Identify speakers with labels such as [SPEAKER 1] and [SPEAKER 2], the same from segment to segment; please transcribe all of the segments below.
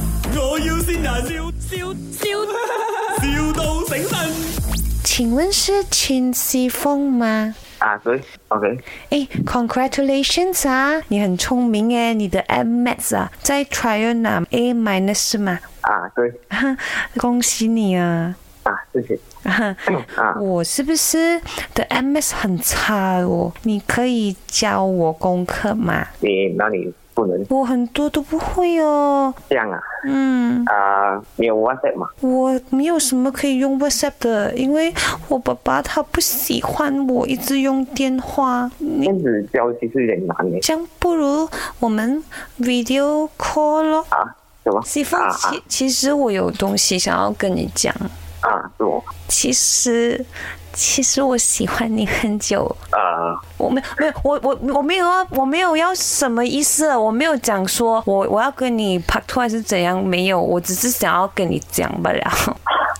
[SPEAKER 1] 要先人，笑笑笑，,笑到醒神。
[SPEAKER 2] 请问是秦熙凤吗？
[SPEAKER 3] 啊，对，OK，
[SPEAKER 2] 哎，congratulations 啊，你很聪明诶，你的 M Max 啊，在 Trial 拿 A minus 是吗？
[SPEAKER 3] 啊，对，
[SPEAKER 2] 恭喜你啊！
[SPEAKER 3] 啊，谢谢，啊
[SPEAKER 2] 我是不是的 M S 很差哦？你可以教我功课吗？
[SPEAKER 3] 你那你不能
[SPEAKER 2] 我很多都不会哦。
[SPEAKER 3] 这样啊，
[SPEAKER 2] 嗯，
[SPEAKER 3] 啊，没有 WhatsApp 嘛，
[SPEAKER 2] 我没有什么可以用 WhatsApp 的，因为我爸爸他不喜欢我一直用电话。
[SPEAKER 3] 这
[SPEAKER 2] 你
[SPEAKER 3] 样子教其实有点难呢。
[SPEAKER 2] 这样不如我们 video call 咯。
[SPEAKER 3] 啊，什么？
[SPEAKER 2] 媳妇，
[SPEAKER 3] 啊
[SPEAKER 2] 其其实我有东西想要跟你讲。
[SPEAKER 3] 啊啊，什么？
[SPEAKER 2] 其实，其实我喜欢你很久。
[SPEAKER 3] 啊
[SPEAKER 2] 我没没有我我我没有啊，我没有要什么意思，啊我没有讲说我我要跟你拍拖还是怎样，没有，我只是想要跟你讲罢了。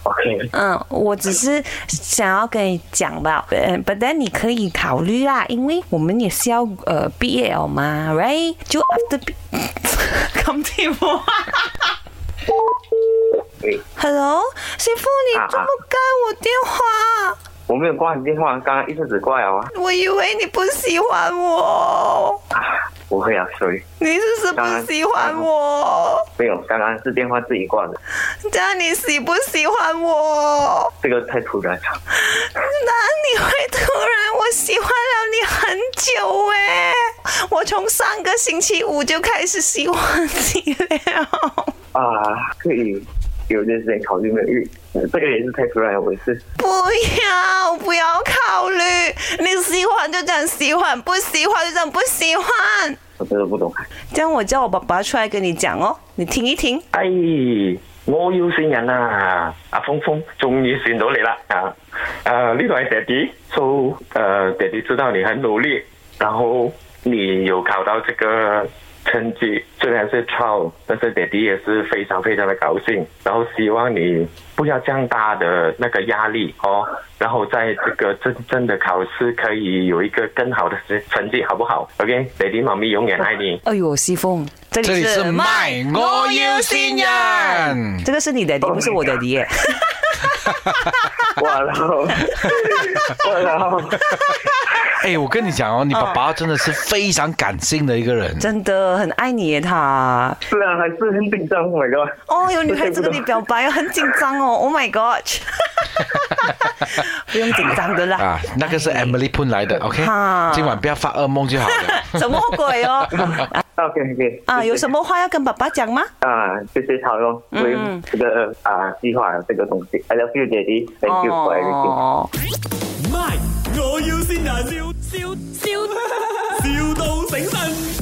[SPEAKER 3] ，OK，
[SPEAKER 2] 嗯，我只是想要跟你讲吧，嗯，本来你可以考虑啦，因为我们也是要呃毕业了嘛，right？就 after 毕， 搞听我。
[SPEAKER 3] 对，
[SPEAKER 2] 啊 Hello，媳妇，你怎么盖我电话？
[SPEAKER 3] 我没有挂你电话，刚刚一下子挂了啊。
[SPEAKER 2] 我以为你不喜欢我，
[SPEAKER 3] 啊，不会啊，sorry，
[SPEAKER 2] 你是不是
[SPEAKER 3] 当然
[SPEAKER 2] 不喜欢我？
[SPEAKER 3] 没有，刚刚是电话自己挂的，
[SPEAKER 2] 这样你喜不喜欢我？
[SPEAKER 3] 这个太突然了。
[SPEAKER 2] 哪里会突然我喜欢了你很久哎、我从上个星期五就开始喜欢你了，
[SPEAKER 3] 啊，可以有段时间考虑没有？因为呃这个也是太突然了，我也是
[SPEAKER 2] 不要不要考虑，你喜欢就讲喜欢，不喜欢就讲不喜欢。
[SPEAKER 3] 我真的不懂。
[SPEAKER 2] 这样我叫我爸爸出来跟你讲哦，你听一听。
[SPEAKER 4] 哎，我要線人啊！阿峰峰終於線到你啦！啊，誒呢度係 Daddy，so 誒 Daddy 知道你很努力，然後你有考到這個成績，雖然是超，但是 Daddy 也是非常非常的高興，然後希望你不要這樣大的那個壓力哦，然後在這個真正的考試可以有一個更好的成績，好不好？OK，Daddy 媽咪永遠愛你。
[SPEAKER 2] 哎呦，西凤，这
[SPEAKER 5] 这里是麦，我要新。人。
[SPEAKER 2] 这个是你的，不是我的爹。
[SPEAKER 3] 哇，然后，哇，然后，
[SPEAKER 5] 哎，我跟你讲哦，你爸爸真的是非常感性的一个人。
[SPEAKER 2] 真的很爱你耶，他。
[SPEAKER 3] 是啊，还是很紧张。Oh my god！
[SPEAKER 2] 哦，有女孩子跟你表白，很紧张哦。Oh my god！不用紧张的啦。
[SPEAKER 5] 啊，那个是 Emily Poon 来的，OK，
[SPEAKER 2] 哈
[SPEAKER 5] 今晚不要发噩梦就好了。
[SPEAKER 2] 什么鬼哦？
[SPEAKER 3] OK OK
[SPEAKER 2] 啊，有什么话要跟爸爸讲吗？
[SPEAKER 3] 啊，谢谢曹龙为这个啊计划这个东西。I love you, Daddy. Thank you for everything.
[SPEAKER 2] 哦。
[SPEAKER 1] 咪，我要先人，笑笑笑，,笑到醒神。